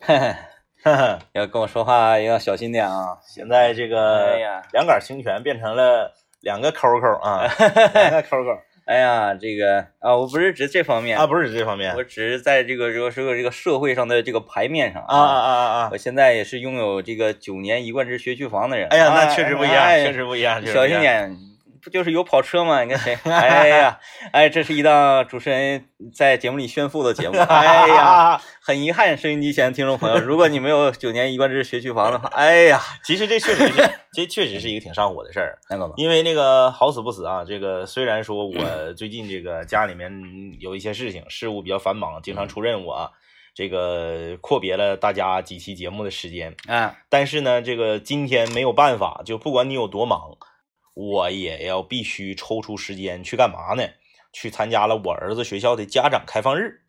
嘿嘿嘿嘿， 要跟我说话要小心点啊！ 现在这哎个呀，两杆清泉变成了两个扣扣啊，两个扣扣 哎呀，这个啊，我不是指这方面啊，，不是这方面我只是在这个这个这个这个社会上的这个牌面上啊啊啊啊啊我！现在也是拥有这个九年一贯制学区房的人。哎呀，啊那确实不一样，哎确实不一样，确实不小一心样。 点，不就是有跑车吗？你看谁？哎呀，哎，这是一档主持人在节目里炫富的 节目。哎呀， 呀，很遗憾，收音机前的听众朋友，如果你没有九年一贯制学区房的话，哎呀，其实这确实是，这确实是一个挺上火的事儿。那个吧，因为那个好死不死啊，这个虽然说我最近这个家里面有一些事情，事务比较繁忙，嗯经常出任务啊，这个阔别了大家几期节目的时间，啊，但是呢，这个今天没有办法，就不管你有多忙，我也要必须抽出时间去干嘛呢？去参加了我儿子学校的家长开放日，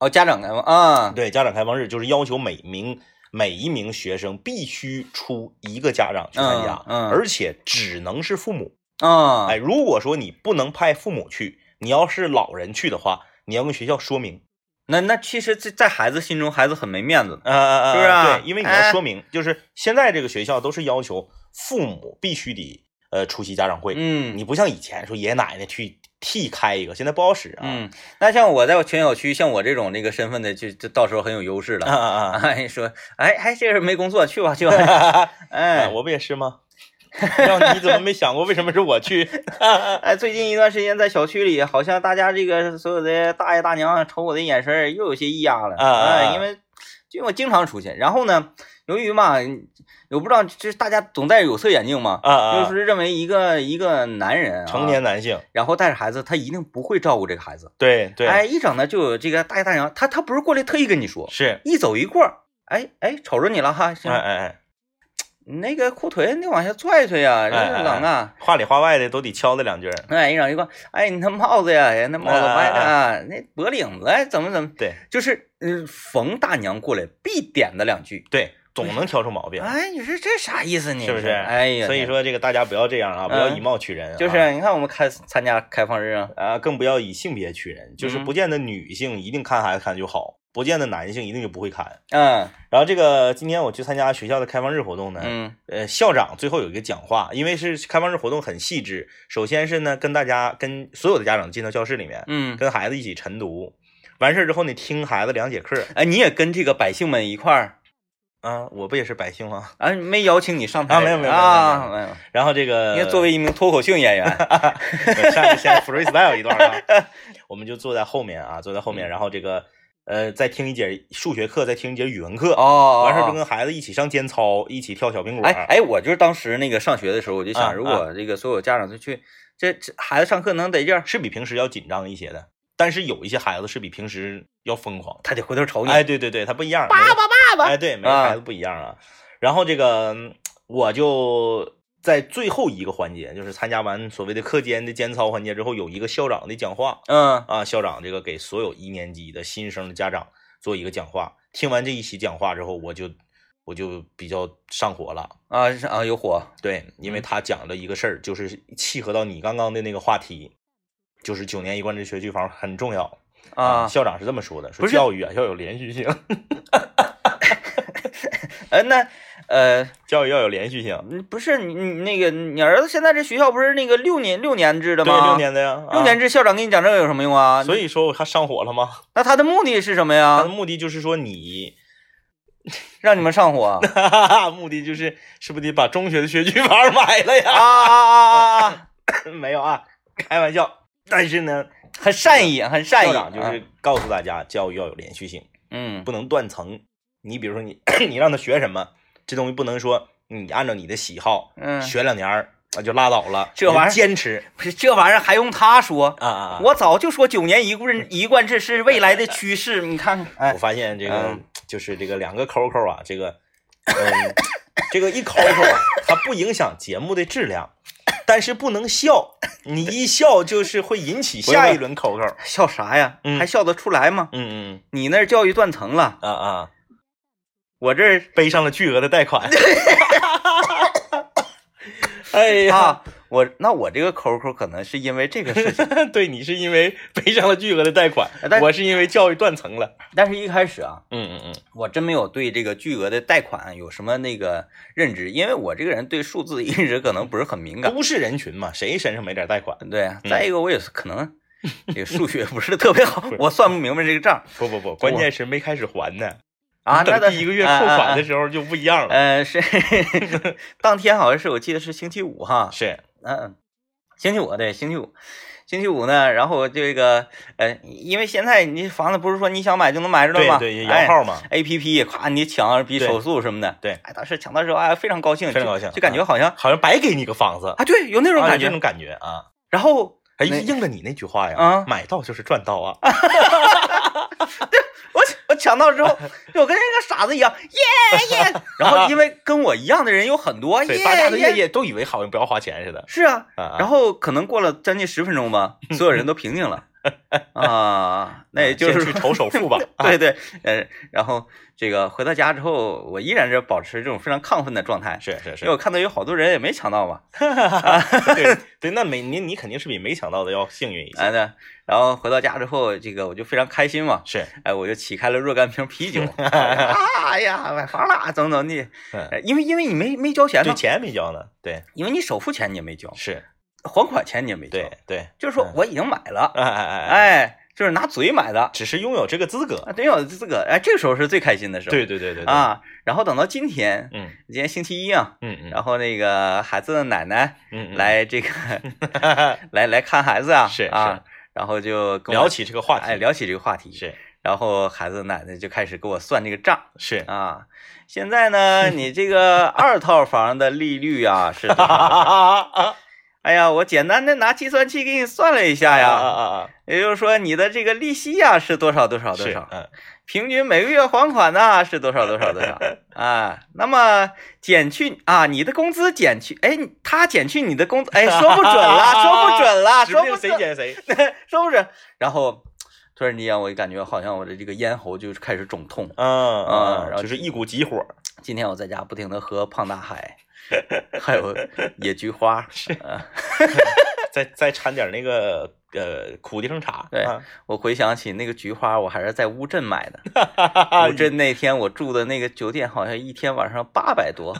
哦，家长来吗？啊，对，家长开放日就是要求每名每一名学生必须出一个家长去参加，嗯嗯而且只能是父母。啊，哎，如果说你不能派父母去，你要是老人去的话，你要跟学校说明，那那其实这在孩子心中，孩子很没面子的。呃呃是不是啊对，因为你哎要说明，就是现在这个学校都是要求父母必须得呃出席家长会，嗯，你不像以前说爷爷奶奶去替开一个，现在不好使啊。嗯，那像我在全小区，像我这种那个身份的，就就到时候很有优势了。啊啊啊！ 哎，说，哎哎，这人没工作，去吧 去吧。哎，哎，我不也是吗？要你怎么没想过为什么是 我去？哎，最近一段时间在小区里，好像大家这个所有的大爷大娘啊瞅我的眼神儿又有些异样了。啊啊啊哎因为因为我经常出去，然后呢，由于嘛，我不知道，就是大家总戴有色眼镜嘛，啊啊！就是认为一个一个男人、啊、成年，男性，然后带着孩子，他一定不会照顾这个孩子。对对，哎，一整呢就有这个大爷大娘，他他不是过来特意跟你说，是，一走一过儿，哎哎，瞅着你了哈，行哎，哎哎，你那个裤腿你得往下拽拽呀，这哎哎冷啊。话里话外的都得敲他两句儿。哎，一整一个，哎，你那帽子呀，哎那帽子啊歪的啊啊，那脖领子哎怎么怎么，对就是嗯，冯大娘过来必点的两句。对，总能挑出毛病。哎，你说这啥意思呢？是不是？哎呀，所以说这个大家不要这样啊，不要以貌取人、啊，哎就是你看我们开参加开放日啊，啊，更不要以性别取人，就是嗯不见得女性一定看孩子看就好，不见得男性一定就不会看。嗯然后这个今天我去参加学校的开放日活动呢，嗯呃，校长最后有一个讲话，因为是开放日活动很细致，首先是呢跟大家跟所有的家长进到教室里面，嗯，跟孩子一起晨读，完事儿之后呢听孩子两节课，哎，你也跟这个百姓们一块儿啊，我不也是百姓吗？啊，没邀请你上台啊没有没有没有呃啊，没没有。然后这个你看，作为一名脱口秀演 员，我上去先 freestyle 一段啊，我们就坐在后面啊，坐在后嗯面，然后这个呃，再听一节数学课，再听一节语文课，啊哦，完事儿就哦跟孩子一起上间操，一起跳小苹果，哎哎，我就是当时那个上学的时候，我就啊想，如果这个所有家长都去，这这孩子上课能得劲儿，是比平时要紧张一些的，但是有一些孩子是比平时要疯狂，他得回头瞅你。哎，对对对，他不一样，爸爸爸爸，哎，对，每个孩子不一样啊。然后这个嗯我就。在最后一个环节，就是参加完所谓的课间的间操环节之后，有一个校长的讲话，嗯啊，校长这个给所有一年级的新生的家长做一个讲话。听完这一期讲话之后，我就我就比较上火了。啊是啊，有火对，因为他讲了一个事儿，就是契合到你刚刚的那个话题，就是九年一贯制学区房很重要啊！校长是这么说的，说不是教育啊要有连续性，呃，那呃，教育要有连续性。嗯不是你你那个你儿子现在这学校不是那个六年六年制的对，吗？六年的呀，六年制。制，校长给你讲这个有什么用啊？所以嗯说我他上火了吗？那他的目的是什么他的呀？目的就是说你， 让你们上火啊哈哈哈，目的就是是不是得把中学的学区房买了啊呀？ 啊啊啊啊！没有啊，开玩笑。但是呢，很善意，很善意校啊，长就是告诉大家，教育要有连续性，嗯不能断层。你比如说你 你让他学什么，这东西不能说你按照你的喜好嗯，学两年儿啊就拉倒了，这玩意儿你坚持不是这玩意儿还用他说？啊啊！嗯我早就说九年一贯一贯制是未来的趋势，你看看，啊哎我发现这个嗯就是这个两个扣扣啊，这个 嗯，这个一扣扣啊它不影响节目的质量，但是不能笑，你一笑就是会引起不用下一轮扣扣。笑啥呀？嗯还笑得出来吗？嗯嗯你那儿教育断层了，啊啊，我这儿 背上了巨额的贷款。哎呀，啊，我那我这个抠抠可能是因为这个事情， 对你是因为背上了巨额的贷款哎但，我是因为教育断层了。但是一开始啊，嗯嗯嗯，我真没有对这个巨额的贷款有什么那个认知，因为我这个人对数字一直可能不是很敏感。都市人群嘛，谁身上没点贷款？对啊，再一个我也是可 能这个数学不是特别好，我算不明白这个账不不不，关键是没开始还呢。啊，那等第一个月扣哎款的时候就不一样了。呃，是 当天好像是我记得是星期五哈，是，嗯、嗯，星期五对，星期五，星期五呢，然后这个呃，因为现在你房子不是说你想买就能买着的对嘛，对，摇哎号嘛， A P P，咵你抢比对手速什么的，对哎，当时抢到时候哎非常高兴，非常就高兴嗯就感觉好像好像白给你个房子，啊对，有那这种感这觉种。感觉啊，然后哎，那应了你那句话呀，啊哎买到就是赚到啊，我我抢到 之后，就我跟那个傻子一样，耶耶。然后因为跟我一样的人有很多，耶对，大家都夜耶。夜都以为好像不要花钱似的，是啊，啊，哎然后后可能过了将近十分钟吧， 所有人都平静了啊，那也就是去说投首 付吧，对对，呃，然后这个回到家之后，我依然是保持这种非常亢奋的状态，是是因为是，我看到有好多人也没抢到嘛， 对对，那没你你肯定是比没抢到的要幸运一些， 哎对，然后回到家之后，这个我就非常开心嘛，是，哎，我就起开了若干瓶啤 酒，啊呀，买房了，怎么怎么地，嗯，哎因为因为你没没交钱对呢，钱没交呢，对，因为你首付钱你也没交，是还款钱哦你也没交，对对，就是说嗯我已经买了，哎哎哎哎，哎，就是拿嘴买的。只是拥有这个资格，啊，对有这个，哎，这个时候是最开心的时候。对对对对，啊，然后等到今天，对嗯今天星期一啊，嗯嗯，然后那个孩子的奶奶嗯嗯来这个来来看孩子啊，是啊，然后就跟我 聊起这个话题，哎聊起这个话题，是然后孩子的奶奶就开始给我算这个账 是啊。现在呢，你这 个二套房的利率啊是多啊 少？啊啊哎呀，我简单的拿计算器给你算了一下啊呀，啊啊，也就是说你的这个利息呀、是多少多少多是少，嗯平均每个月还款呢是多少多少多 少啊？那么减去啊，你的工资减去，哎，他减去你的工资，哎，说不准 了，说不准了，指啊说不不定谁准，减谁， 说不准。然后突然之间，我就感觉好像我的这个咽喉就开始肿痛。嗯啊然后就是一股急火， 今天我在家不停的喝胖大 海，还有野菊花，啊再再掺点那个呃苦地生茶，对啊我回想起那个菊花，我还是在乌镇买的。 乌镇那天我住的那个酒店，好像一天晚上八百 多。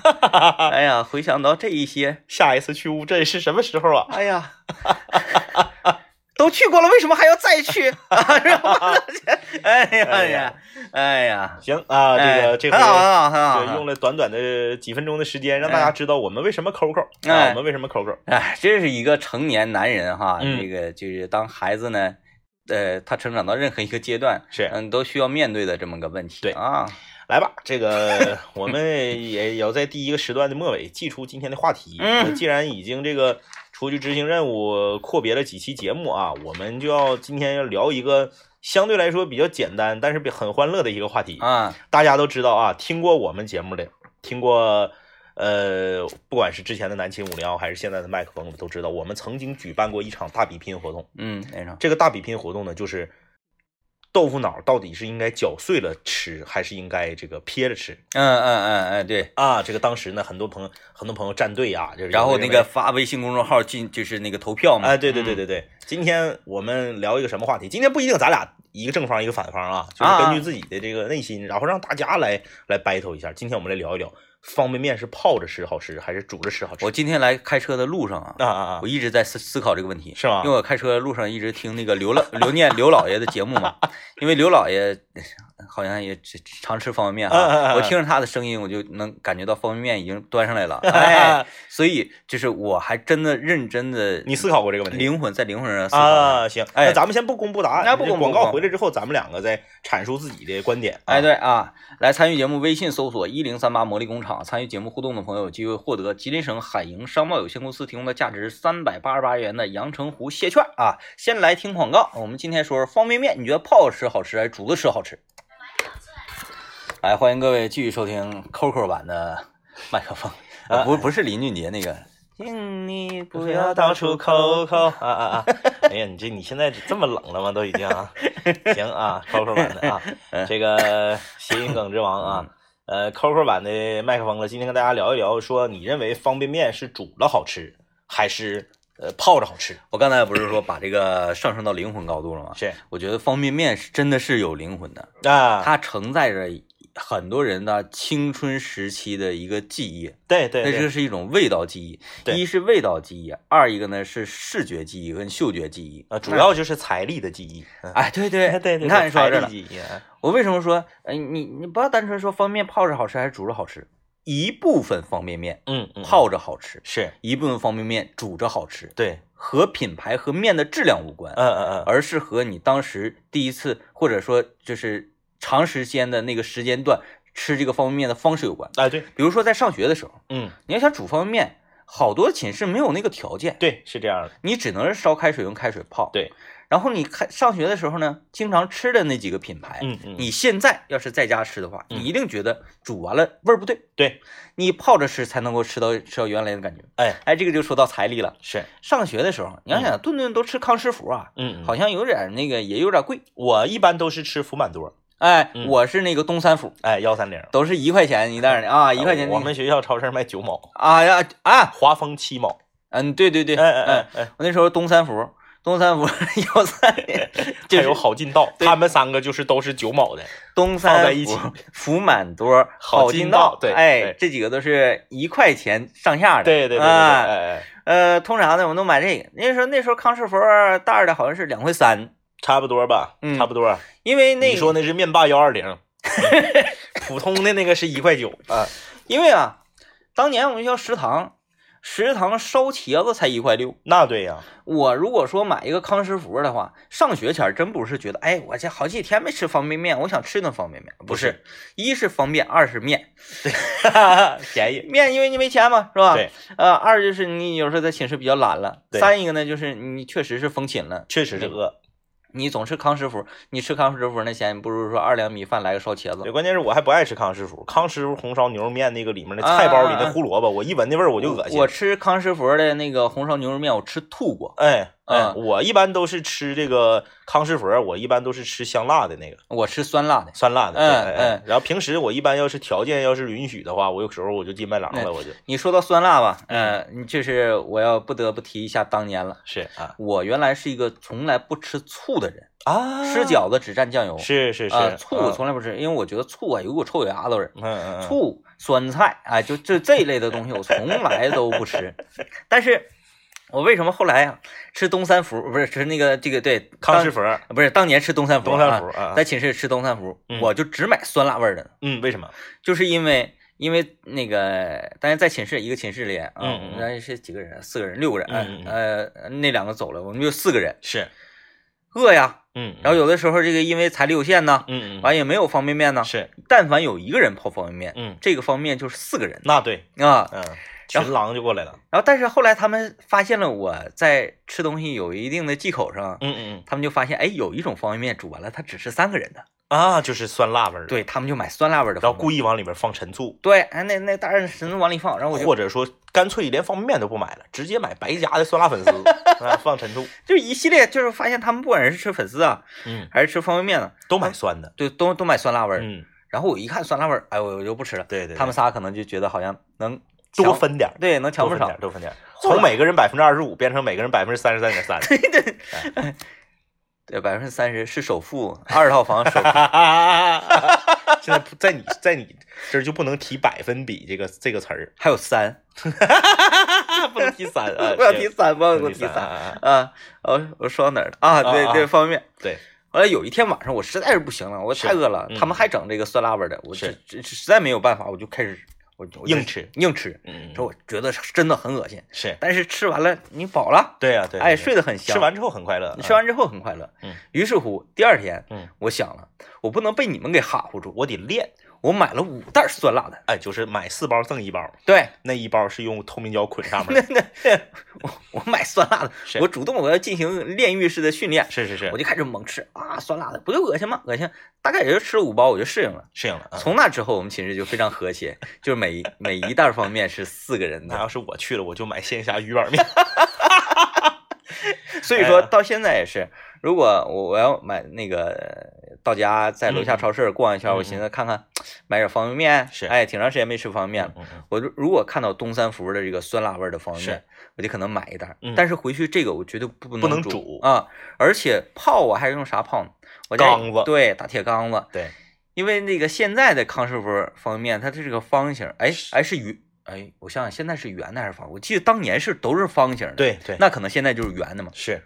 哎呀，回想到这一些。下一次去乌镇是什么时候啊？哎呀， 都去过了，为什么还要再去？ 哎呀哎呀，哎呀，行啊，这个这回哎很好，啊很好，很好。对用了短短的几分钟的时间，让大家知道我们为什么抠抠啊，哎我们为什么抠抠，哎，这是一个成年男人哈，嗯这个就是当孩子呢，呃，他成长到任何一个阶段，是嗯，都需要面对的这么个问题。对啊，来吧，这个我们也要在第一个时段的末尾记出今天的话题。嗯那既然已经这个出去执行任务阔别了几期节目啊，我们就要今天要聊一个相对来说比较简单，但是比很欢乐的一个话题。啊，大家都知道啊，听过我们节目的，听过呃，不管是之前的南秦五零幺还是现在的麦克风，都知道我们曾经举办过一场大比拼活动。嗯，那啥，这个大比拼活动呢，就是豆腐脑到底是应该搅碎了吃，还是应该这个撇着吃嗯嗯嗯嗯，对。啊？这个当时呢，很多朋友很多朋友站队啊，就是有的然后那认个嗯为。发微信公众号进，就是那个投票嘛。哎，对对对对对，今天我们聊一个什么话题？今天不一定咱俩一个正方一个反方啊，就是根据自己的这个内心，然后让大家来来 battle 一下。今天我们来聊一聊方便面是泡着吃好吃，还是煮着吃好吃？我今天来开车的路上啊，啊啊啊我！一直在思思考这个问题，是吗 因为我开车路上一直听那个刘老 刘念刘老爷的节目 嘛，因为刘老爷 呃好像也只常吃方便面嗯嗯嗯啊，嗯我听着他的声音，我就能感觉到方便面已经端上 来了，哎，所以就是我还真的认真的，你思考过这个问题？灵魂在灵魂上思考了，啊，行，哎那咱们先不公布答案，那不公布广不告公布回来之后，咱们两个再阐述自己的观点。哎，，对啊，来参与节目，微信搜索一零三八魔力工厂，参与节目互动的朋友有机会获得吉林省海盈商贸有限公司提供的价值三百八十八元的阳澄湖蟹券啊。先来听广告，我们今天说说方便面，你觉得泡着吃好吃还是煮着吃好吃？哎，欢迎各位继续收听 Coco 版的麦克风，啊、不不是林俊杰那个，请你不要到处抠抠。啊啊啊！ 哎呀，你这你现在这么冷了吗？都已经 啊，行啊，QQ 版的嗯啊，这个谐音梗之王啊，呃，QQ 版的麦克风了。今天跟大家聊一聊，说你认为方便面是煮了好吃，还是呃泡着好吃？我刚才不是说把这个上升到灵魂高度了吗？是我觉得方便面是真的是有灵魂的，啊，啊它承载着很多人的青春时期的一个记忆。对对呃那对，这个是一种味道记忆，对一是味道记忆，二一个呢是视觉记忆跟嗅觉记忆。呃主要就是财力的记忆。嗯哎，对对 对对，你看人说到这财力儿了，记忆啊我为什么说，哎，你你不要单纯说方便面泡着好吃还是煮着好吃，一部分方便面嗯嗯，泡着好吃，是一部分方便面煮着好吃，对，和品牌和面的质量无关，嗯嗯嗯，而是和你当时第一次或者说就是长时间的那个时间段吃这个方便面的方式有关。啊对，比如说在上学的时候，嗯你要想煮方便面，好多寝室没有那个条件，对是这样的，你只能是烧开水用开水泡。对，然后你看上学的时候呢，经常吃的那几个品牌，嗯嗯，哎你现在要是在家吃的话，嗯你一定觉得煮完了味儿不对，对，你泡着吃才能够吃到吃到原来的感觉。哎哎，这个就说到财力了。是，上学的时候，你要想顿顿都吃康师傅啊，嗯嗯嗯好像有点那个也有点贵。我一般都是吃福满多，哎，嗯我是那个东三府，哎幺三零，都是一块钱一袋儿的啊，一块钱那个、哎我们学校超市卖九毛，啊呀啊，华丰七毛，嗯，对对对，嗯哎哎哎哎，我那时候东三府，东三 府幺三零，就还是有好劲道，对他们三个就是都是九毛的，东放三在一起府，福满多、好劲道道，对哎对，这几个都是一块钱上下的，对对对对对，啊哎哎，呃，通常呢，我们都买这个。那时候那时候康师傅袋儿的好像是两块三，差不多吧，嗯差不多。啊因为那你说个，那是面霸幺 二零，普通的那个是一块九啊，因为啊，当年我们学校食堂，食堂烧茄子才一块六。那对 呀、我如果说买一个康师傅的话，上学前儿真不是觉得，哎，我这好几天没吃方便面，我想吃顿方便面。不是，一是方便，二是面。便宜。面因为你没钱嘛，是吧？对。呃，二就是你有时候在寝室比较懒了。对三一个呢，就是你确实是封寝了，确实是饿，你总吃康师傅，你吃康师傅那钱，不如说二两米饭来个烧茄子对，。关键是我还不爱吃康师傅，康师傅红烧牛肉面那个里面的菜包里啊啊那啊胡萝卜，我一闻那味儿我就恶心我。吃康师傅的那个红烧牛肉面，我吃吐过。哎哎，啊我一般都是吃这个康师傅，我一般都是吃香辣的那个我吃酸辣的。酸辣嗯的。对哎嗯然后平时我一般要是条件要是允许的话，我有时候我就进麦郎了，嗯我就你说到酸辣吧，嗯、你就是我要不得不提一下当年了。是啊我原来是一个从来不吃醋的人，啊吃饺子只蘸酱油。是是是啊，醋我嗯从来不吃，因为我觉得醋啊有股臭牙子味儿。嗯嗯嗯醋、酸菜啊，就这这一类的东西，我从来都不吃。但是，我为什么后来啊吃东三福不是吃那个这个对康师傅傅，不是当年吃东三福东啊三福啊，在寝室吃东三福，嗯我就只买酸辣味儿的，嗯，为什么？就是因为因为那个，但是在寝室一个寝室里啊，嗯嗯嗯那是几个人，四个人，六个人，嗯嗯呃，那两个走了，我们就四个人，是，饿呀，嗯，然后有的时候这个因为财力有限呢，嗯嗯，完也没有方便面呢，是，但凡有一个人泡方便面，嗯，这个方便面就是四个人那对，啊，嗯，群狼就过来了，然后但是后来他们发现了我在吃东西有一定的忌口上。嗯嗯他们就发现，哎，有一种方便面煮完了，它只是三个人的，嗯，啊，就是酸辣味儿，，对他们就买酸辣味儿的然方便面。后故意往里面放陈醋，对，哎，那那大人绳子往里放，然后我就或者说干脆连方便面都不买了，直接买白家的酸辣 粉丝，啊，放陈醋，就一系列，就是发现他们不管是吃粉丝啊，嗯，还是吃方便面呢，都买酸的，对，都都买酸辣味儿。嗯，然后我一看酸辣味儿，哎，我我就不吃了。对对，他们仨可能就觉得好像能多强，分点儿，对，能多抢不分少点儿，。多分点儿，后来从每个人百分之二十五变成每个人百分之三十三点三，对，百分之三十是首付，二套房首付。现在不在你在你这儿就不能提百分比这个这个词儿，还有三， 不能提三 啊， 不要提三，不要给我提三三啊，啊！我我说到哪儿了啊？啊对啊对，方便面。对，后来有一天晚上，我实在是不行了，我是太饿了，嗯他们还整这个酸辣味儿的，我是这这实在没有办法，我就开始我我就硬吃硬吃，嗯，说我觉得真的很恶心，是，但是吃完了你饱了，对呀、啊对、哎，对睡得很香，吃完之后很快乐，啊你吃完之后很快乐，嗯，于是乎第二天，嗯，我想了，我不能被你们给哈唬住，我得练，我买了五袋酸辣的，哎，就是买四包赠一包，对，那一包是用透明胶捆上面的，我买酸辣的 是，我主动我要进行炼狱式的训练，是是是，我就开始猛吃啊，酸辣的不就恶心吗？恶心，大概也就吃了五包，我就适应了。适应了啊。从那之后，我们寝室就非常和 谐，就是每每一袋方便面是四个人那的，要是我去了，我就买线下鱼板面。所以哎说到现在也是，如果我我要买那个到家在楼下超市逛一圈，嗯嗯我寻思看看买点方便面，是哎，挺长时间没吃方便面了。嗯嗯我就如果看到东三福的这个酸辣味儿的方便面，我就可能买一袋儿。嗯但是回去这个我绝对不不能能煮煮啊！而且泡啊我还是用啥泡呢？我家缸子对打铁缸子， 对，因为那个现在的康师傅方便面它这是个方形，哎哎是圆，哎我想想现在是圆的还是方？我记得当年是都是方形的，，对对，那可能现在就是圆的嘛。是，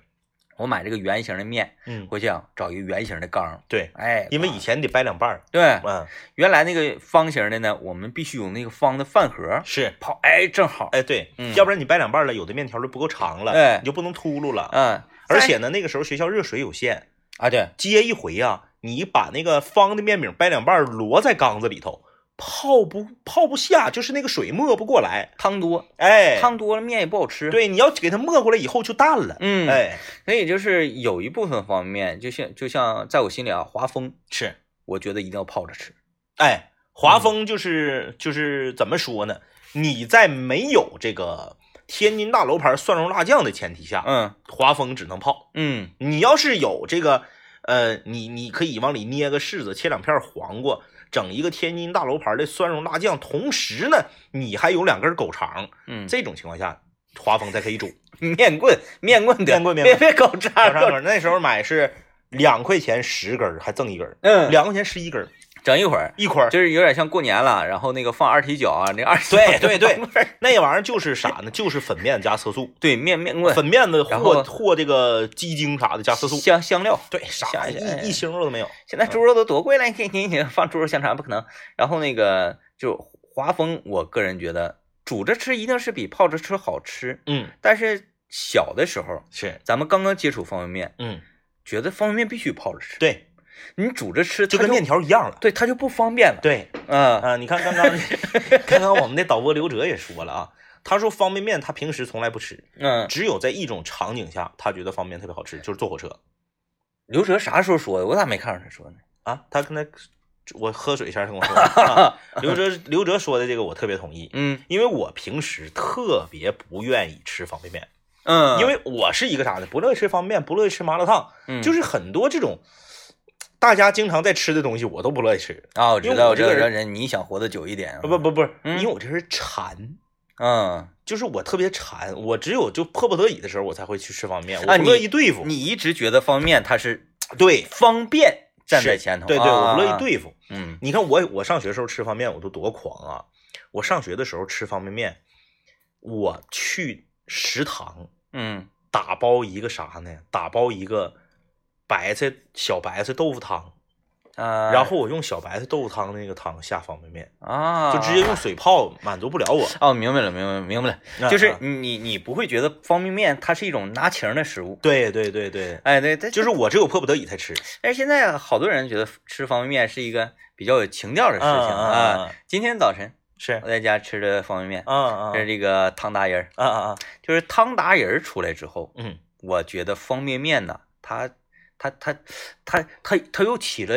我买这个圆形的面，嗯，回去啊找一个圆形的缸儿，对，哎，因为以前得掰两半儿，对嗯，原来那个方形的呢，我们必须有那个方的饭盒儿是，泡，哎正好，哎对嗯，要不然你掰两半儿了，有的面条就不够长了，哎你就不能秃噜了。嗯，而再且呢，那个时候学校热水有限，啊对，接一回呀、你把那个方的面饼掰两半儿摞在缸子里头，泡不泡不下，就是那个水没不过来，汤多，哎，汤多了面也不好吃。，对，你要给它没过来以后就淡了，嗯，，哎，所以就是有一部分方面，就像就像在我心里啊，华丰，是，我觉得一定要泡着吃。哎，华丰就是、就是怎么说呢？你在没有这个天津大楼牌蒜蓉辣酱的前提下，嗯华丰只能泡。嗯你要是有这个，呃，你你可以往里捏个柿子，切两片黄瓜，整一个天津大楼牌的蒜蓉辣酱，同时呢，你还有两根狗肠，嗯，这种情况下，华丰才可以煮。面棍面棍的，面棍面别别搞渣小搞渣。张哥那时候买是两块钱十根儿，还赠一根儿，嗯，两块钱十一根儿，整一会儿，一块儿。就是有点像过年了，然后那个放二踢脚啊，那二踢脚对对对放那儿那玩意儿就是啥呢？就是粉面加色素， 对面面棍粉面子然后和和这个鸡精啥的加色素，香香料。对，啥下哎一下一一星肉都没有。现在猪肉都多贵了，你你你放猪肉香肠不可能。然后那个就华丰，我个人觉得煮着吃一定是比泡着吃好吃。嗯，但是小的时候，是，咱们刚刚接触方便面，嗯，觉得方便面必须泡着吃，对，你煮着吃就它跟面条一样了。对它就不方便了。对嗯，啊，你看刚刚 刚刚我们的导播刘哲也说了啊，他说方便面他平时从来不吃，嗯，只有在一种场景下他觉得方便面特别好吃，就是坐火车刘哲啥时候说的？我咋没看着他说呢？啊。他跟他我喝水前跟我说的、 啊刘哲刘哲说的这个我特别同意。嗯因为我平时特别不愿意吃方便面，嗯，因为我是一个啥呢？不乐意吃方便面，不乐意吃麻辣烫，嗯就是很多这种大家经常在吃的东西，我都不乐意吃。啊，我知因为道，我我知这道，个人让人你想活得久一点啊，不不不是，嗯因为我这人馋，嗯，就是我特别馋，我只有就迫不得已的时候，我才会去吃方便面，啊我不乐你意对付。你一直觉得方便面它是对方便站在是前头，对对，啊我不乐意，啊对付。啊嗯你看我我上学时候吃方便面，我都多狂啊！我上学的时候吃方便面，我去食堂嗯打包一个啥呢？打包一个白菜小白菜豆腐汤，啊，然后我用小白菜豆腐汤的那个汤下方便面，啊，就直接用水泡，满足不了我。哦，明白了，明白了，明白了，啊就是啊你你不会觉得方便面它是一种拿情儿的食物，对对对对，哎，对，它就是我只有迫不得已 才吃。但是现在好多人觉得吃方便面是一个比较有情调的事情嗯嗯嗯啊嗯。今天早晨是，我在家吃的方便面，啊啊是这个汤达人儿，啊啊啊，就是汤达人儿出来之后，嗯，我觉得方便面呢，它它它它它它又起了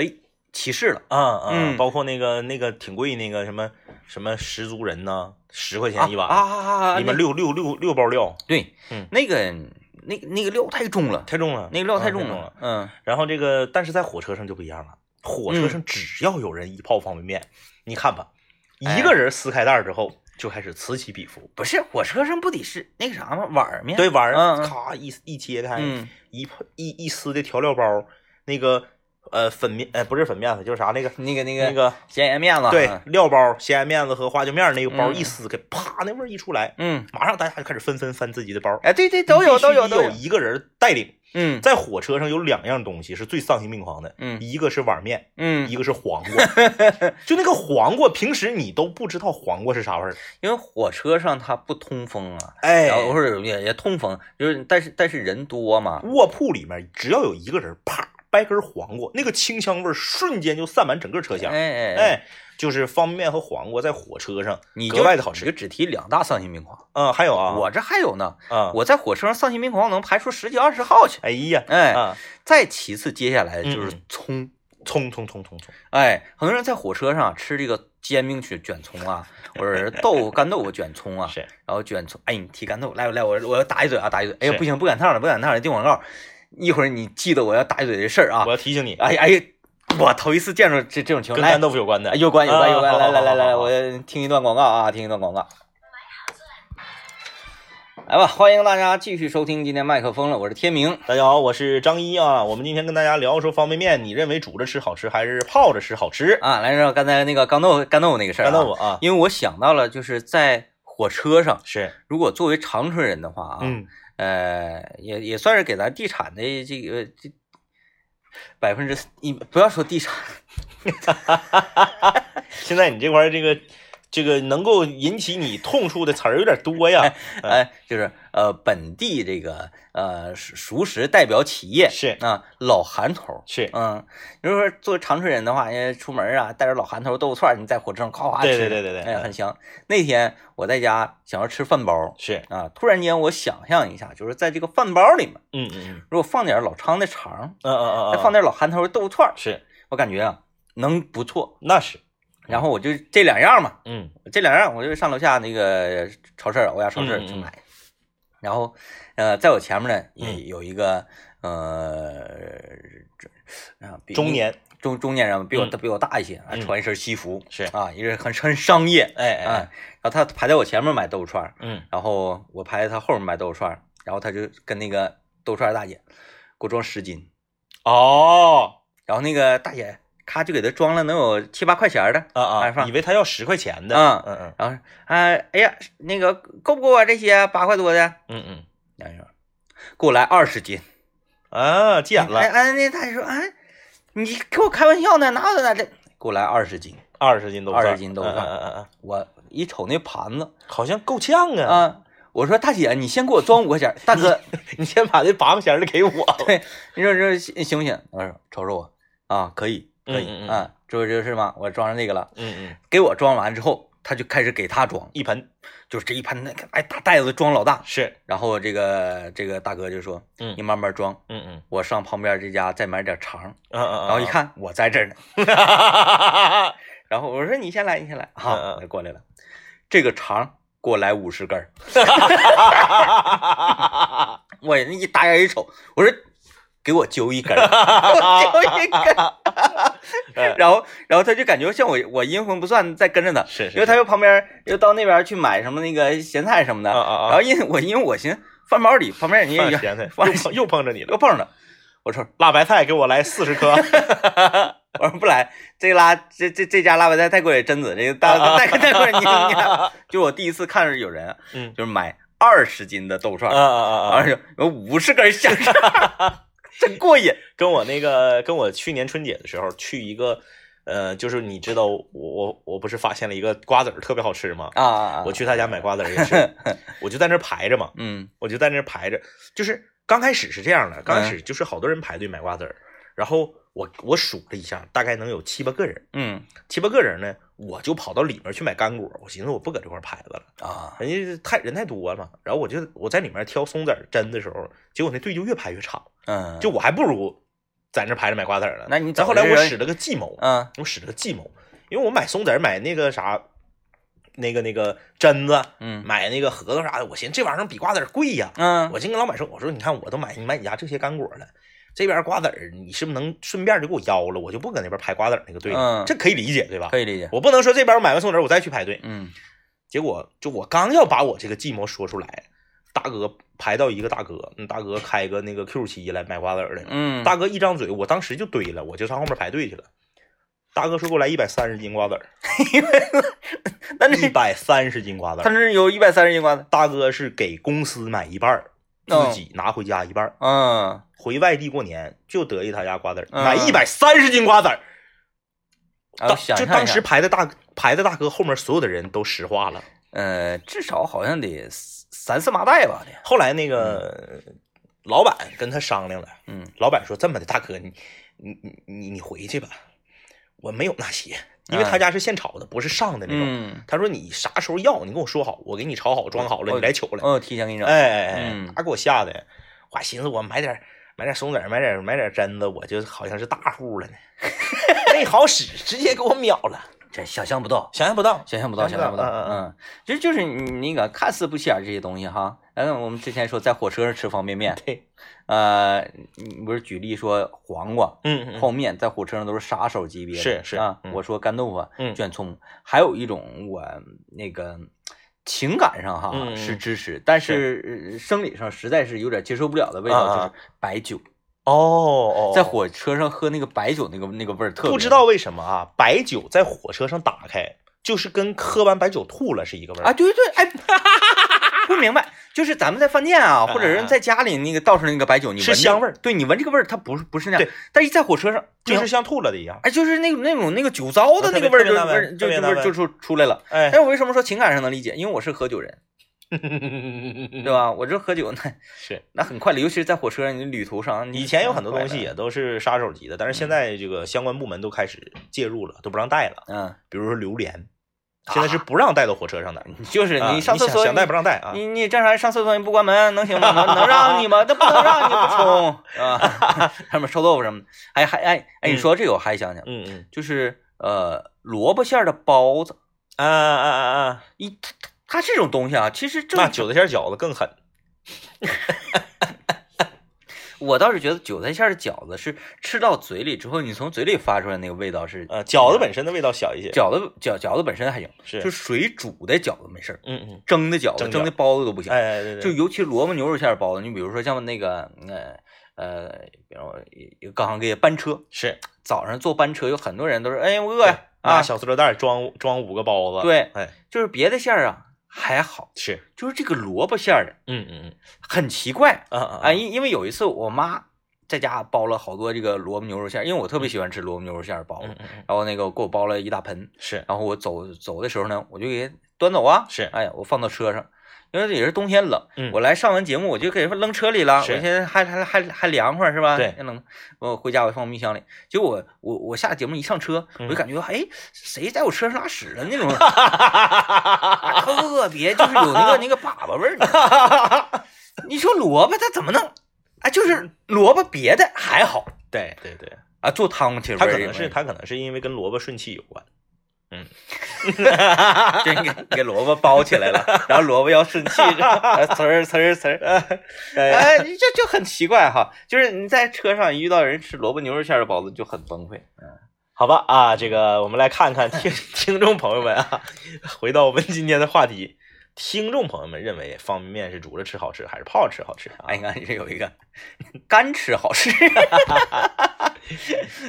起势了。啊啊嗯，包括那个那个挺贵那个什么什么十足人呐，十块啊钱一碗，啊啊啊啊！里面那六六六六包料，对，嗯那个那那个料太重了，太重了，那个料啊太重了。。嗯，然后这个，但是在火车上就不一样了，火车上只要有人一泡方便面，你看吧，哎一个人撕开袋儿之后就开始此起彼伏。不是火车上不得是那个啥吗？碗儿面。对，碗嗯儿嗯咔一一切开，嗯一泡一一撕的调料包，那个呃粉面，呃不是粉面子，就是啥那个那个那个那个咸盐面子。对料包，咸盐面子和花椒面儿那个包嗯一撕开，啪那味儿一出来，嗯，马上大家就开始纷纷翻自己的包，哎，对对，都有必须都有得都有有，一个人带领。嗯在火车上有两样东西是最丧心病狂的，嗯一个是碗面，嗯，一个是 黄瓜。就那个黄瓜，平时你都不知道黄瓜是啥味儿，因为火车上它不通风啊，哎然，后或者也也通风，就是但是但是人多嘛，卧铺里面只要有一个人，啪掰根黄瓜，那个清香味儿瞬间就散满整个车哎厢。哎，哎，就是方便面和黄瓜在火车上，你就格外的好你吃。就只提两大丧心病狂，嗯，还有啊，我这还有呢，啊，我在火车上丧心病狂能排出十几二十号去，哎呀，哎，啊，再其次接下来就是嗯嗯葱，葱葱葱葱葱，哎，很多人在火车上吃这个煎饼卷卷葱啊，或者是豆腐干豆腐卷葱啊，是然后卷葱，哎，你提干豆腐，来我来我我要打一嘴啊，打一嘴，哎呀是不行不赶趟了不赶趟了，定广告，一会儿你记得我要打一嘴的事儿啊，我要提醒你，哎呀哎呀，我头一次见着这这种情况，跟来干，豆腐有关的，有关有关有啊关，来来来来，好好好好好我听一段广告啊，听一段广告。来吧，欢迎大家继续收听今天麦克风了，我是天明。大家好，我是张一啊。我们今天跟大家聊说方便面，你认为煮着吃好吃还是泡着吃好吃？啊，来让刚才那个干豆干豆腐那个事儿、啊，干豆腐，啊，因为我想到了，就是在火车上，是，如果作为长春人的话啊，嗯，呃，也也算是给咱地产的这个这百分之一，不要说地产， 现在你这块儿这个这个能够引起你痛处的词儿有点多呀，嗯哎，就是呃本地这个呃熟熟食代表企业是啊，老韩头。是，嗯，如果说作为长春人的话，人家出门啊，带着老韩头豆腐串儿，你在火车上夸夸吃，对对对对对哎，嗯很香。那天我在家想要吃饭包，是，啊，突然间我想象一下，就是在这个饭包里面，嗯嗯如果放点老昌的肠，嗯嗯嗯嗯，再放点老韩头的豆腐串儿，是，我感觉啊能不错。那是，然后我就这两样嘛，嗯这两样我就上楼下那个超市欧亚超市嗯嗯去嗯买。然后，呃，在我前面呢也嗯有一个、呃，这啊比中年，中中年人，比我、嗯他比我大一些，啊嗯穿一身西服是啊，也是很很商业。哎哎、哎哎，然后他排在我前面买豆腐串儿，嗯，然后我排在他后面买豆腐串儿，然后他就跟那个豆腐串儿大姐给我装十斤，哦，然后那个大姐咔就给他装了能有七八块钱儿的，啊哎啊，放以为他要十块钱的，嗯嗯嗯然后啊、哎呀，那个够不够啊？这些八块多的，嗯嗯，然后说给我来二十斤，啊，急眼哎了，哎，那大姐说啊，你给我开玩笑呢？哪有那这？给我来二十斤，二十斤豆腐20串，斤豆腐嗯串嗯嗯嗯，嗯我一瞅那盘子好像够呛啊、啊，我说大姐，你先给我装五块钱儿，大哥，你先把那八毛钱儿的给我，你说这行不行？我说瞅瞅我啊，可以可以嗯嗯嗯啊，这不就是吗？我装上这个了，嗯嗯，给我装完之后，他就开始给他装，一盆就是这一盘那个哎大袋子装老大。是，然后这个这个大哥就说：“嗯你慢慢装，嗯嗯我上旁边这家再买点肠。”嗯嗯，然后一看我在这儿呢，看，然后我说：“你先来，你先来。”嗯啊，嗯我就过来了，这个肠给我来五十根儿。嗯我人一打眼一瞅，我说：“给我揪一根 儿，我揪一根儿。”然后然后他就感觉像我我阴魂不散在跟着他，嗯是是因为他又旁边又到那边去买什么那个咸菜什么的，啊啊啊然后因为我因为我寻思饭包里旁边人家放有咸菜，放又碰又碰着你又了。碰上了，我说辣白菜给我来四十 颗，我说不来，这拉这这这家辣白菜太贵，榛子这个大啊大 太太贵，你你看，就我第一次看着有人嗯就是买二十斤的豆腐串啊儿，啊啊啊！完了有五十根香肠 儿，真过瘾跟我那个跟我去年春节的时候去一个，呃，就是你知道我我我不是发现了一个瓜子儿特别好吃吗？啊啊！啊我去他家买瓜子儿也是，我就在那儿排着嘛，嗯我就在那儿排着，就是刚开始是这样的，刚开始就是好多人排队买瓜子儿，然后我我数了一下，大概能有七八个人，嗯七八个人呢，我就跑到里面去买干果，我寻思我不搁这块儿排着了。啊人家太人太多了嘛，然后我就我在里面挑松子儿榛的时候，结果那队就越排越长，嗯，就我还不如在那排着买瓜子儿呢。那你再找后来这我人使了个计谋，嗯我使了个计谋，因为我买松子儿买那个啥，那个那个榛子，嗯买那个核桃啥的，我寻思这玩意儿比瓜子儿贵呀。嗯我就跟老板说，我说你看我都买你买你家这些干果了。这边瓜子儿，你是不是能顺便就给我邀了？我就不搁那边排瓜子儿那个队了，嗯这可以理解对吧？可以理解，我不能说这边我买完松子儿我再去排队，嗯结果就我刚要把我这个计谋说出来，大哥排到一个大哥，嗯，大哥开个那个 Q 七来买瓜子儿来了，嗯大哥一张嘴，我当时就堆了，我就上后面排队去了。大哥说给我来一百三十斤瓜子儿， 那一那百三十斤瓜子他儿。那有一百三十斤瓜子，大哥是给公司买一半儿，哦自己拿回家一半儿。嗯回外地过年就得意他家瓜子儿，嗯买一百三十斤瓜子儿。啊，当我想就象当一下时排的大排的大哥后面所有的人都石化了。呃，至少好像得三四麻袋吧得，后来那个老板跟他商量了，嗯，老板说：“这么的，大哥，你你你你你回去吧，我没有那些，因为他家是现炒的，不是上的那种。嗯，他说你啥时候要，你跟我说好，我给你炒好装好了，哦你来取来。哦，提前给你整，哎哎哎嗯，他给我吓的，我还 寻思我买点买点松子儿，买点买点榛子，我就好像是大户了呢。这好使，直接给我秒了，这想象不到，想象不到。想象不到，想想象象不不到到。嗯嗯嗯，其实就是你你那个看似不起眼这些东西哈，嗯，我们之前说在火车上吃方便面，对，呃，你不是举例说黄瓜、嗯嗯泡面在火车上都是杀手级别的，是是啊嗯。我说干豆腐、嗯卷葱，还有一种我那个情感上哈嗯嗯是支持，但是呃生理上实在是有点接受不了的味啊道，啊就是白酒，哦哦，在火车上喝那个白酒那个那个味儿特别，不知道为什么啊，白酒在火车上打开，就是跟喝完白酒吐了是一个味儿啊，。对对，哎，不明白，就是咱们在饭店啊，或者是在家里那个倒出来那个白酒，你是闻这香个味儿对你闻这个味儿，它不是不是那样对，但是在火车上就不是明像吐了的一样。哎，就是那种那种那个酒糟的那个味儿就特别纳闷是就特别就纳就闷就出出来了。哎但，是我为什么说情感上能理解？因为我是喝酒人，对对？吧？我这喝酒那是。那很快的，尤其是在火车上，你旅途上，你以前有很多东西很快也都是杀手级的，但嗯是现在这个相关部门都开始介入了，都不让带了。的，比如说榴莲，现在是不让带到火车上的。嗯，啊就是啊你上厕想所想带你不让带啊？你你正常人上厕所你不关门能行吗？能能让 你吗？那不能让你不冲啊！上面臭豆腐什么的，哎还哎哎，你嗯说这个我还想想，嗯嗯就是呃萝卜馅儿的包子，啊啊啊啊！一它它它这种东西啊，其实正那韭菜馅儿饺子更狠。我倒是觉得韭菜馅儿的饺子是吃到嘴里之后，你从嘴里发出来那个味道是呃，饺子本身的味道小一些。饺子饺饺子本身还行，是就水煮的饺子没事儿，嗯嗯。蒸的饺子蒸饺蒸的包子都不行。哎，对对就对，尤其萝卜牛肉馅儿包子，你比如说像那个呃呃，比如说有各行各业班车，是早上坐班车有很多人都是哎我饿呀拿啊，小塑料袋儿装装五个包子。，对，哎，就是别的馅儿啊还好，是，就是这个萝卜馅儿的嗯嗯很奇怪嗯啊啊啊，因因为有一次我妈在家包了好多这个萝卜牛肉馅儿，因为我特别喜欢吃萝卜牛肉馅儿包子嗯，嗯嗯，然后那个给我包了一大盆，是然后我走走的时候呢，我就给端走啊，是哎呀，我放到车上，因为也是冬天冷，嗯我来上完节目我就给扔车里了，我是现在还还还还凉快是吧？对还能我回家我放冰箱里，结果我我我下节目一上车，嗯我就感觉哎，谁在我车上拉屎了 那种，啊特别就是有那个那个粑粑味儿， 你说萝卜它怎么弄？啊，就是萝卜别的还好对对对，啊，做汤其实它味可儿也能是没它可能是因为跟萝卜顺气有关。真给给萝卜包起来了，然后萝卜要顺气，然后呲儿呲儿呲儿，哎，哎，这就很奇怪哈。就是你在车上一遇到人吃萝卜牛肉馅儿的包子就很崩溃。好吧啊，这个我们来看 看听听众朋友们啊，回到我们今天的话题，听众朋友们认为方便面是煮着吃好吃还是泡着吃好吃啊？哎，你看这有一个干吃好吃，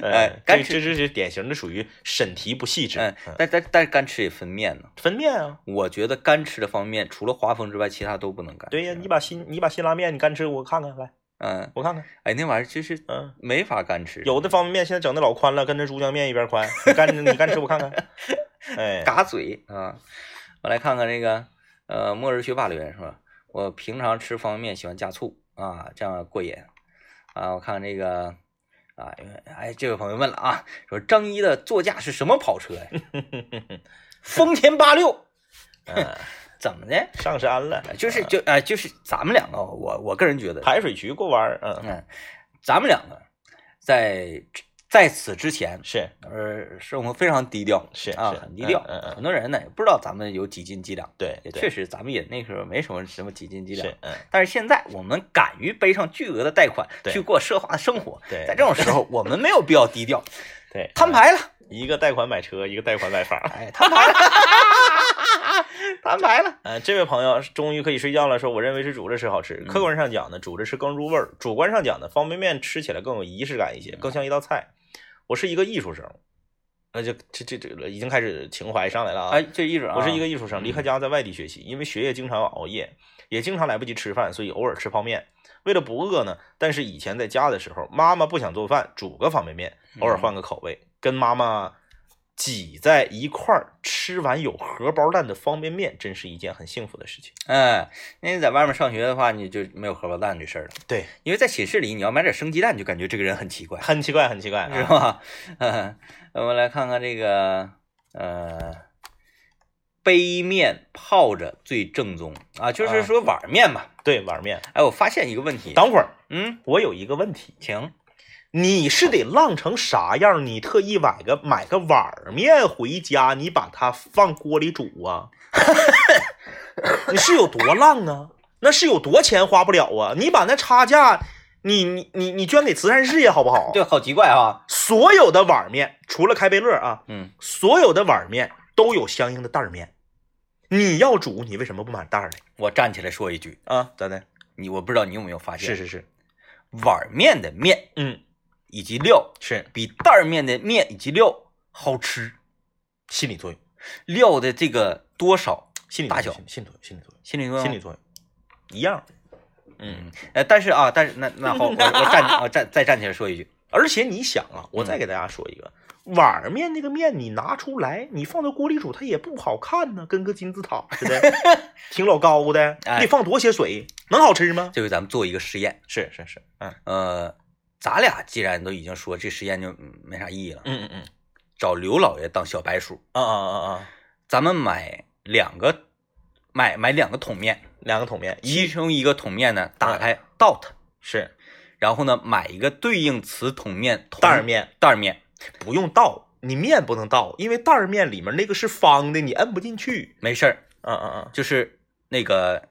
呃哎这干吃这这是典型的属于审题不细致，嗯嗯，但但但是干吃也分面呢。分辨啊。我觉得干吃的方面，除了华丰之外，其他都不能干。对呀，你把辛你把辛拉面你干吃我看看来，嗯，我看看，哎，那玩意儿就是嗯。没法干吃，有的方便面现在整的老宽了，跟这猪酱面一边宽。你干，你干吃我看看。 哎，嘎嘴啊！我来看看这个，呃，末日学霸留言说，我平常吃方便面喜欢加醋啊，这样过瘾啊。我看这个啊，哎，这位朋友问了啊，说张一的座驾是什么跑车呀、丰田八六，嗯怎么的？上山了，就是就哎、就是咱们两个，我我个人觉得，排水渠过弯儿，嗯，嗯，咱们两个在在此之前，是呃，生活非常低调，是啊，是很低调。嗯嗯嗯很多人呢也不知道咱们有几斤几两，对，也对确实咱们也那时候没什么什么几斤几两是。，嗯，但是现在我们敢于背上巨额的贷款对去过奢华的生活，对在这种时候我们没有必要低 调，对，摊牌了，一个贷款买车，一个贷款买房。哎，摊 牌了，摊牌了，嗯，这位朋友终于可以睡觉了，说我认为是煮着吃好吃。客观上讲呢，煮着吃更入味儿；主观上讲呢，方便面吃起来更有仪式感一些，更像一道菜。我是一个艺术生，那就这这这已经开始情怀上来了啊！哎，这意思啊，我是一个艺术生，离开家在外地学习，因为学业经常熬夜，也经常来不及吃饭，所以偶尔吃泡面。为了不饿呢，但是以前在家的时候，妈妈不想做饭，煮个方便面，偶嗯尔换个口味，跟妈妈挤在一块儿吃完有荷包蛋的方便面，真是一件很幸福的事情。哎，那你在外面上学的话，你就没有荷包蛋这事儿了，对，因为在寝室里你要买点生鸡蛋，你就感觉这个人很奇怪，很奇怪，很奇怪是啊！吧？ 嗯，我们来看看这个，呃，杯面泡着最正宗啊，就是啊说碗面嘛。对，碗面。哎，我发现一个问题，等会儿，嗯，我有一个问题，请，你是得浪成啥样？你特意买个买个碗面回家，你把它放锅里煮啊？你是有多浪啊？那是有多钱花不了啊？你把那差价，你你你你捐给慈善事业好不好？对，好奇怪啊！所有的碗面，除了开贝乐啊，嗯，所有的碗面都有相应的袋儿面。你要煮，你为什么不买袋儿呢？我站起来说一句，啊，咋的？你我不知道你有没有发现，是是是，碗面的面嗯，以及料是比袋儿面的面以及料好吃，心理作用，料的这个多少心理大作小嗯用，心理作用，心理作心里用，作心理作用，一样。嗯，呃，但是啊，但是那那好， 我我站我站再站起来说一句，而且你想啊，我再给大家说一个，碗儿面那个面你拿出来，你放到锅里煮，它也不好看呢，跟个金字塔似的， 挺老高的，哎你得放多些水，能好吃吗？这回咱们做一个实验，是是是，嗯呃，咱俩既然都已经说这实验就嗯没啥意义了，嗯嗯嗯，找刘老爷当小白鼠，啊啊啊啊，咱们买两个，买买两个桶面，两个桶面，一其中一个桶面呢打嗯开 dot，是然后呢买一个对应此桶面同袋儿面，袋儿面，不用倒，你面不能倒，因为袋儿面里面那个是方的，你摁不进去。没事儿，嗯嗯就是那个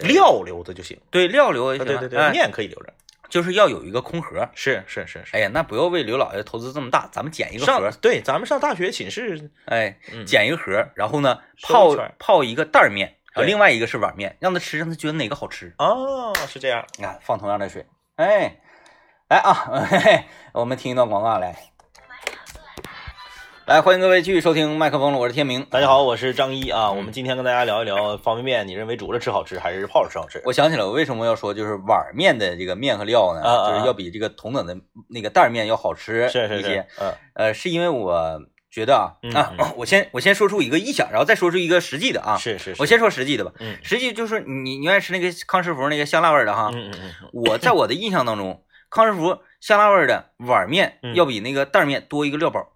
嗯，料留着就行。对料留啊下，对对对，哎面可以留着。就是要有一个空盒。是是是是，哎呀，那不要为刘老爷投资这么大，咱们捡一个盒上儿，对，咱们上大学寝室，哎，嗯捡一个盒儿，然后呢收泡一圈儿泡一个袋儿面，然后对另外一个是碗面，让他吃，让他觉得哪个好吃。哦，是这样。啊，放同样的水。哎，来啊，嘿嘿，我们听一段广告来。来，欢迎各位继续收听麦克风了，我是天明。大家好，我是张一嗯啊。我们今天跟大家聊一聊方便面，你认为煮着吃好吃还是泡着吃好吃？我想起来，我为什么要说就是碗面的这个面和料呢？啊啊啊就是要比这个同等的那个袋儿面要好吃是是一些是。，嗯呃，是因为我觉得啊、嗯啊，我先我先说出一个臆想，然后再说出一个实际的啊。是是是，我先说实际的吧。嗯实际就是你你愿意吃那个康师傅那个香辣味儿的哈，嗯嗯嗯，我在我的印象当中，康师傅香辣味儿的碗面嗯要比那个袋儿面多一个料包，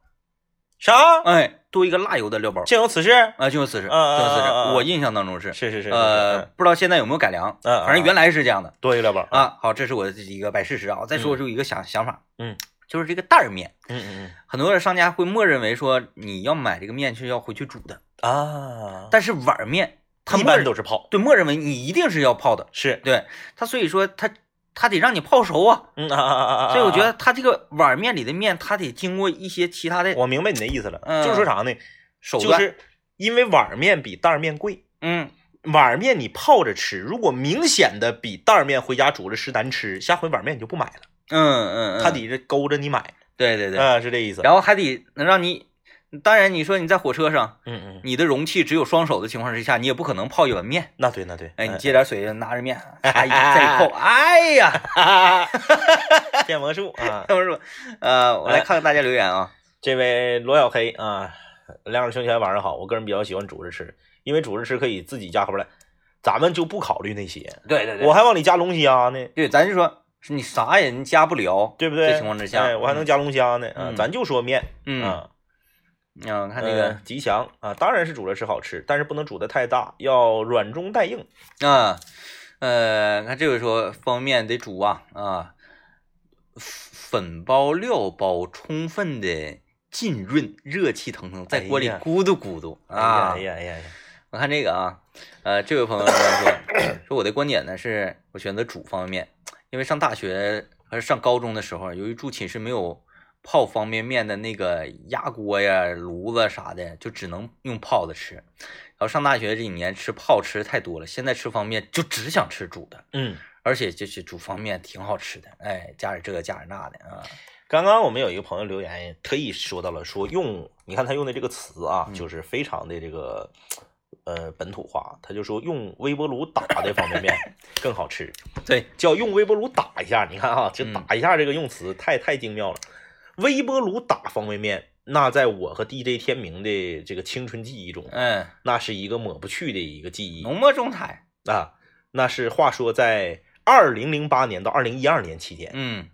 啥？哎，多一个辣油的料包见有此事？啊，就是此事，啊啊就是此啊啊事。啊我印象当中是，是是嗯是，呃，不知道现在有没有改良，嗯嗯反正原来是这样的多一个料包。啊。好，这是我的一个摆事实啊。我再说出一个想想法，嗯，就是这个袋儿面，嗯嗯很多的商家会默认为说你要买这个面是要回去煮的，嗯啊，但是碗面它一默般认都是泡。对默认为你一定是要泡的，是，对它，所以说它它得让你泡熟啊。嗯啊啊啊啊 啊！所以我觉得它这个碗面里的面，它得经过一些其他的我明白你的意思了，嗯就是说啥呢？手就段，是因为碗儿面比袋儿面贵，嗯，碗儿面你泡着吃，如果明显的比袋儿面回家煮着吃难吃，下回碗儿面你就不买了，嗯嗯嗯，他得勾着你买，对对对，啊，是这意思。然后还得能让你，当然你说你在火车上，嗯嗯，你的容器只有双手的情况之下，你也不可能泡一碗面，那对那对，哎，你接点水，拿着面，哎呀，再 一扣，哎呀，哎变魔术啊！是不是？呃，我来看看大家留言啊，这位罗小黑啊，两耳兄弟晚上好，我个人比较喜欢煮着吃，因为煮着吃可以自己加回来，咱们就不考虑那些，对对我还往里加龙虾呢。对，咱就说是你啥也你加不了，对不对？这情况之下哎，我还能加龙虾呢。啊嗯咱就说面，嗯啊，嗯，看那这个个，吉祥啊，当然是煮着吃好吃，但是不能煮的太大，要软中带硬。啊，呃，看这位说方便面得煮啊啊，粉包料包充分的浸润，热气腾腾，在锅里哎呀咕嘟咕嘟哎啊。呀哎呀哎呀哎呀，我看这个啊，呃，这位朋友留言说 说我的观点呢是我选择煮方便面，因为上大学还是上高中的时候，由于住寝室没有泡方便面的那个压锅呀、炉子啥的，就只能用泡的吃。然后上大学这几年吃泡吃太多了，现在吃方便面就只想吃煮的，嗯，而且就是煮方便面挺好吃的，哎，加点这个加点那的啊，刚刚我们有一个朋友留言，特意说到了说用，你看他用的这个词啊，嗯就是非常的这个呃本土化，他就说用微波炉打的 方便面更好吃，对，叫用微波炉打一下。你看啊，这嗯打一下这个用词太太精妙了，微波炉打方便面。那在我和 DJ 天明的这个青春记忆中，嗯，那是一个抹不去的一个记忆。浓墨重彩，啊，那是话说在二零零八年到二零一二年期间，嗯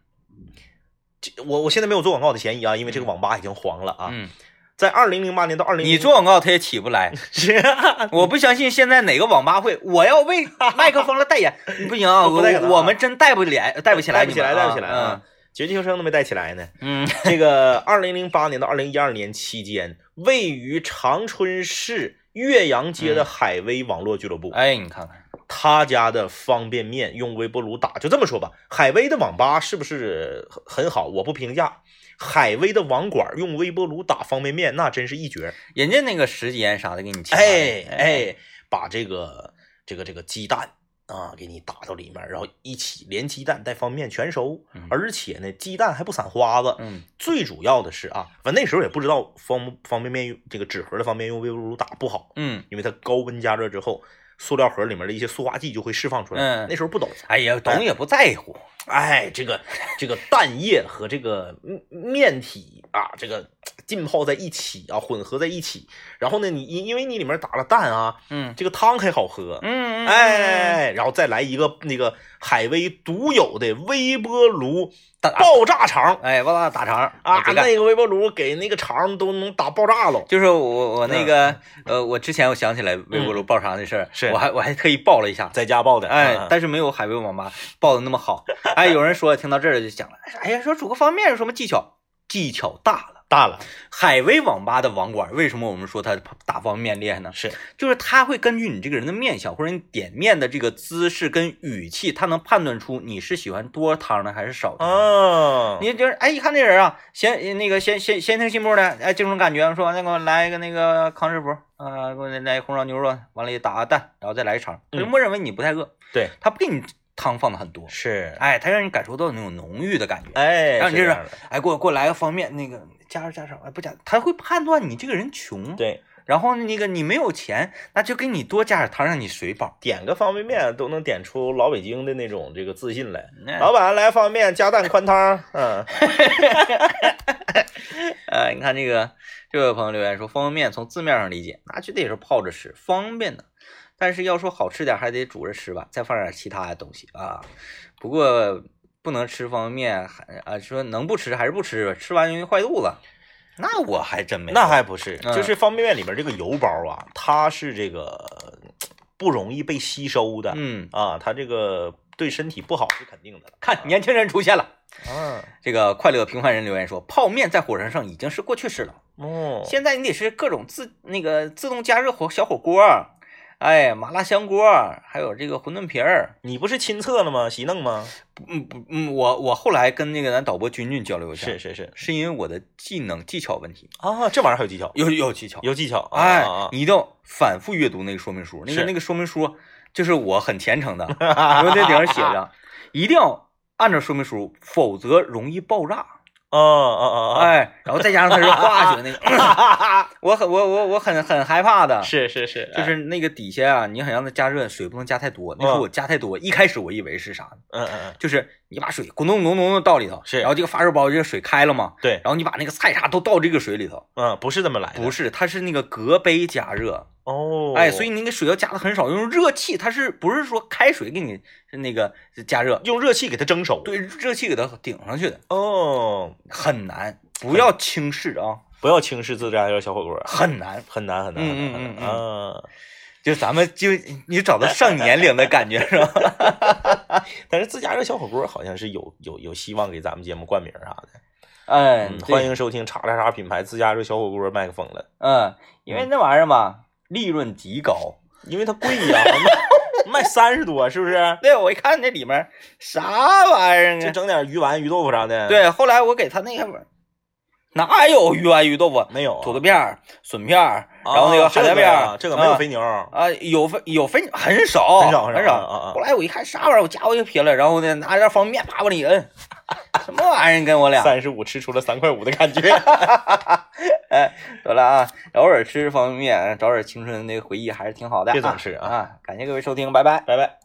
这我我现在没有做广告的嫌疑啊，因为这个网吧已经黄了啊。嗯，在二零零八年到二零你做广告它也起不来。 是 啊我不相信现在哪个网吧会，我要 为麦克风了代言，不行啊，不我不带可能啊我们真带不脸，带不起来带你不们啊，起来，带不起来嗯！绝地求生都没带起来呢。嗯，这个二零零八年到二零一二年期间，位于长春市岳阳街的海威网络俱乐部，嗯哎，你看看，他家的方便面用微波炉打，就这么说吧，海威的网吧是不是很好？我不评价。海威的网管用微波炉打方便面，那真是一绝。人家那个时间啥的给你掐的哎哎，把这个这个这个鸡蛋啊，给你打到里面，然后一起连鸡蛋带方便面全熟嗯，而且呢，鸡蛋还不散花子。嗯最主要的是啊，反正那时候也不知道方方便面用这个纸盒的方便面用微波炉打不好，嗯，因为它高温加热之后，塑料盒里面的一些塑化剂就会释放出来。嗯那时候不懂，哎呀，懂也不在乎，哎，这个这个蛋液和这个面面体啊，这个浸泡在一起啊，混合在一起。然后呢，你因因为你里面打了蛋啊，嗯这个汤还好喝。嗯，哎，然后再来一个那个海威独有的微波炉打爆炸肠哎，我打打肠啊，这个那个微波炉给那个肠都能打爆炸喽。就是我我那个呃，我之前我想起来微波炉爆肠的事儿，嗯是我还我还特意爆了一下，在家爆的，哎，嗯但是没有海威网吧爆的那么好。哎，有人说听到这儿就讲了，哎呀，说煮个方便面有什么技巧？技巧大了。大了海威网吧的网管为什么我们说他打方便面厉害呢？是就是他会根据你这个人的面相或者你点面的这个姿势跟语气，他能判断出你是喜欢多汤的还是少汤的。啊，你就是哎，一看这人啊，先那个先先先听信步的，哎，这种感觉，说那给我来一个那个康师傅，啊、给我来红烧牛肉，完了也打个蛋，然后再来一肠，他就嗯默认为你不太饿，对，他不给你汤放的很多，是，哎，他让你感受到那种浓郁的感觉，哎，让你这是是样的哎，给我给我来个方便，那个加点加少，哎不加，他会判断你这个人穷，，对，然后那个你没有钱，那就给你多加点汤让你水饱，点个方便面都能点出老北京的那种这个自信来。那老板来方便面加蛋宽汤，嗯，呃，你看这个这位朋友留言说，方便面从字面上理解，那绝对也是泡着吃，方便的。但是要说好吃点，还得煮着吃吧，再放点其他的东西啊。不过不能吃方便面，还啊说能不吃还是不吃，吃完容易坏肚子。那我还真没有， 那还不是，嗯就是方便面里面这个油包啊，它是这个不容易被吸收的嗯，啊，它这个对身体不好是肯定的了。看年轻人出现了。啊，这个快乐平凡人留言说，泡面在火车上已经是过去式了，哦，现在你得是各种自那个自动加热火小火锅儿，哎，麻辣香锅儿，还有这个馄饨皮儿，你不是亲测了吗？习弄吗？嗯不嗯，我我后来跟那个咱导播君君交流一下，是是是是因为我的技能技巧问题，啊，这玩意儿还有技巧，有有技巧，有技巧，啊哎啊，你一定要反复阅读那个说明书，那个是那个说明书就是我很虔诚的，我在顶上写着，一定要按照说明书，否则容易爆炸。啊啊啊啊哎，然后再加上它是化学那个，我很我我我很很害怕的啊，，是是是，就哎是那个底下啊，你很让它加热，水不能加太多。那时候我加太多，一开始我以为是啥呢？嗯嗯嗯，就是你把水咕咚咚咚咚倒里头，是然后这个发热包这个水开了嘛，对，然后你把那个菜啥都倒这个水里头，嗯，不是这么来的，不是，它是那个隔杯加热，哦，哎，所以你那个水要加的很少，用热气，它是不是说开水给你是那个加热？用热气给它蒸熟，，对，热气给它顶上去的哦，很难，不要轻视啊，不要轻视自家的小火锅，啊很难，很难很难很难嗯嗯嗯很难嗯啊。就咱们就你找到上年龄的感觉是 吧？但是自家热小火锅好像是有有有希望给咱们节目冠名啥的。哎，对嗯欢，迎收听叉叉叉品牌自家热小火锅麦克风了，嗯，因为那玩意儿嘛，利润极高。因为它贵呀、 卖卖三十多是不是？对，我一看那里面啥玩意儿啊？就整点鱼丸、鱼豆腐啥的。，对，后来我给他那个味儿哪有鱼丸鱼豆腐？没有土豆片儿、笋片儿，啊然后那个海带片儿，哦这个呀这个没有肥啊牛。啊，有肥有肥很少很少很很少少啊啊啊后来我一看啥玩意儿，我家伙就撇了，然后呢拿点方便面啪往里摁， 什么玩意儿？你跟我俩三十五吃出了三块五的 感觉，得了啊，偶尔吃方便面，找点青春的回忆还是挺好的啊。别总吃 啊啊！感谢各位收听，拜拜。拜拜。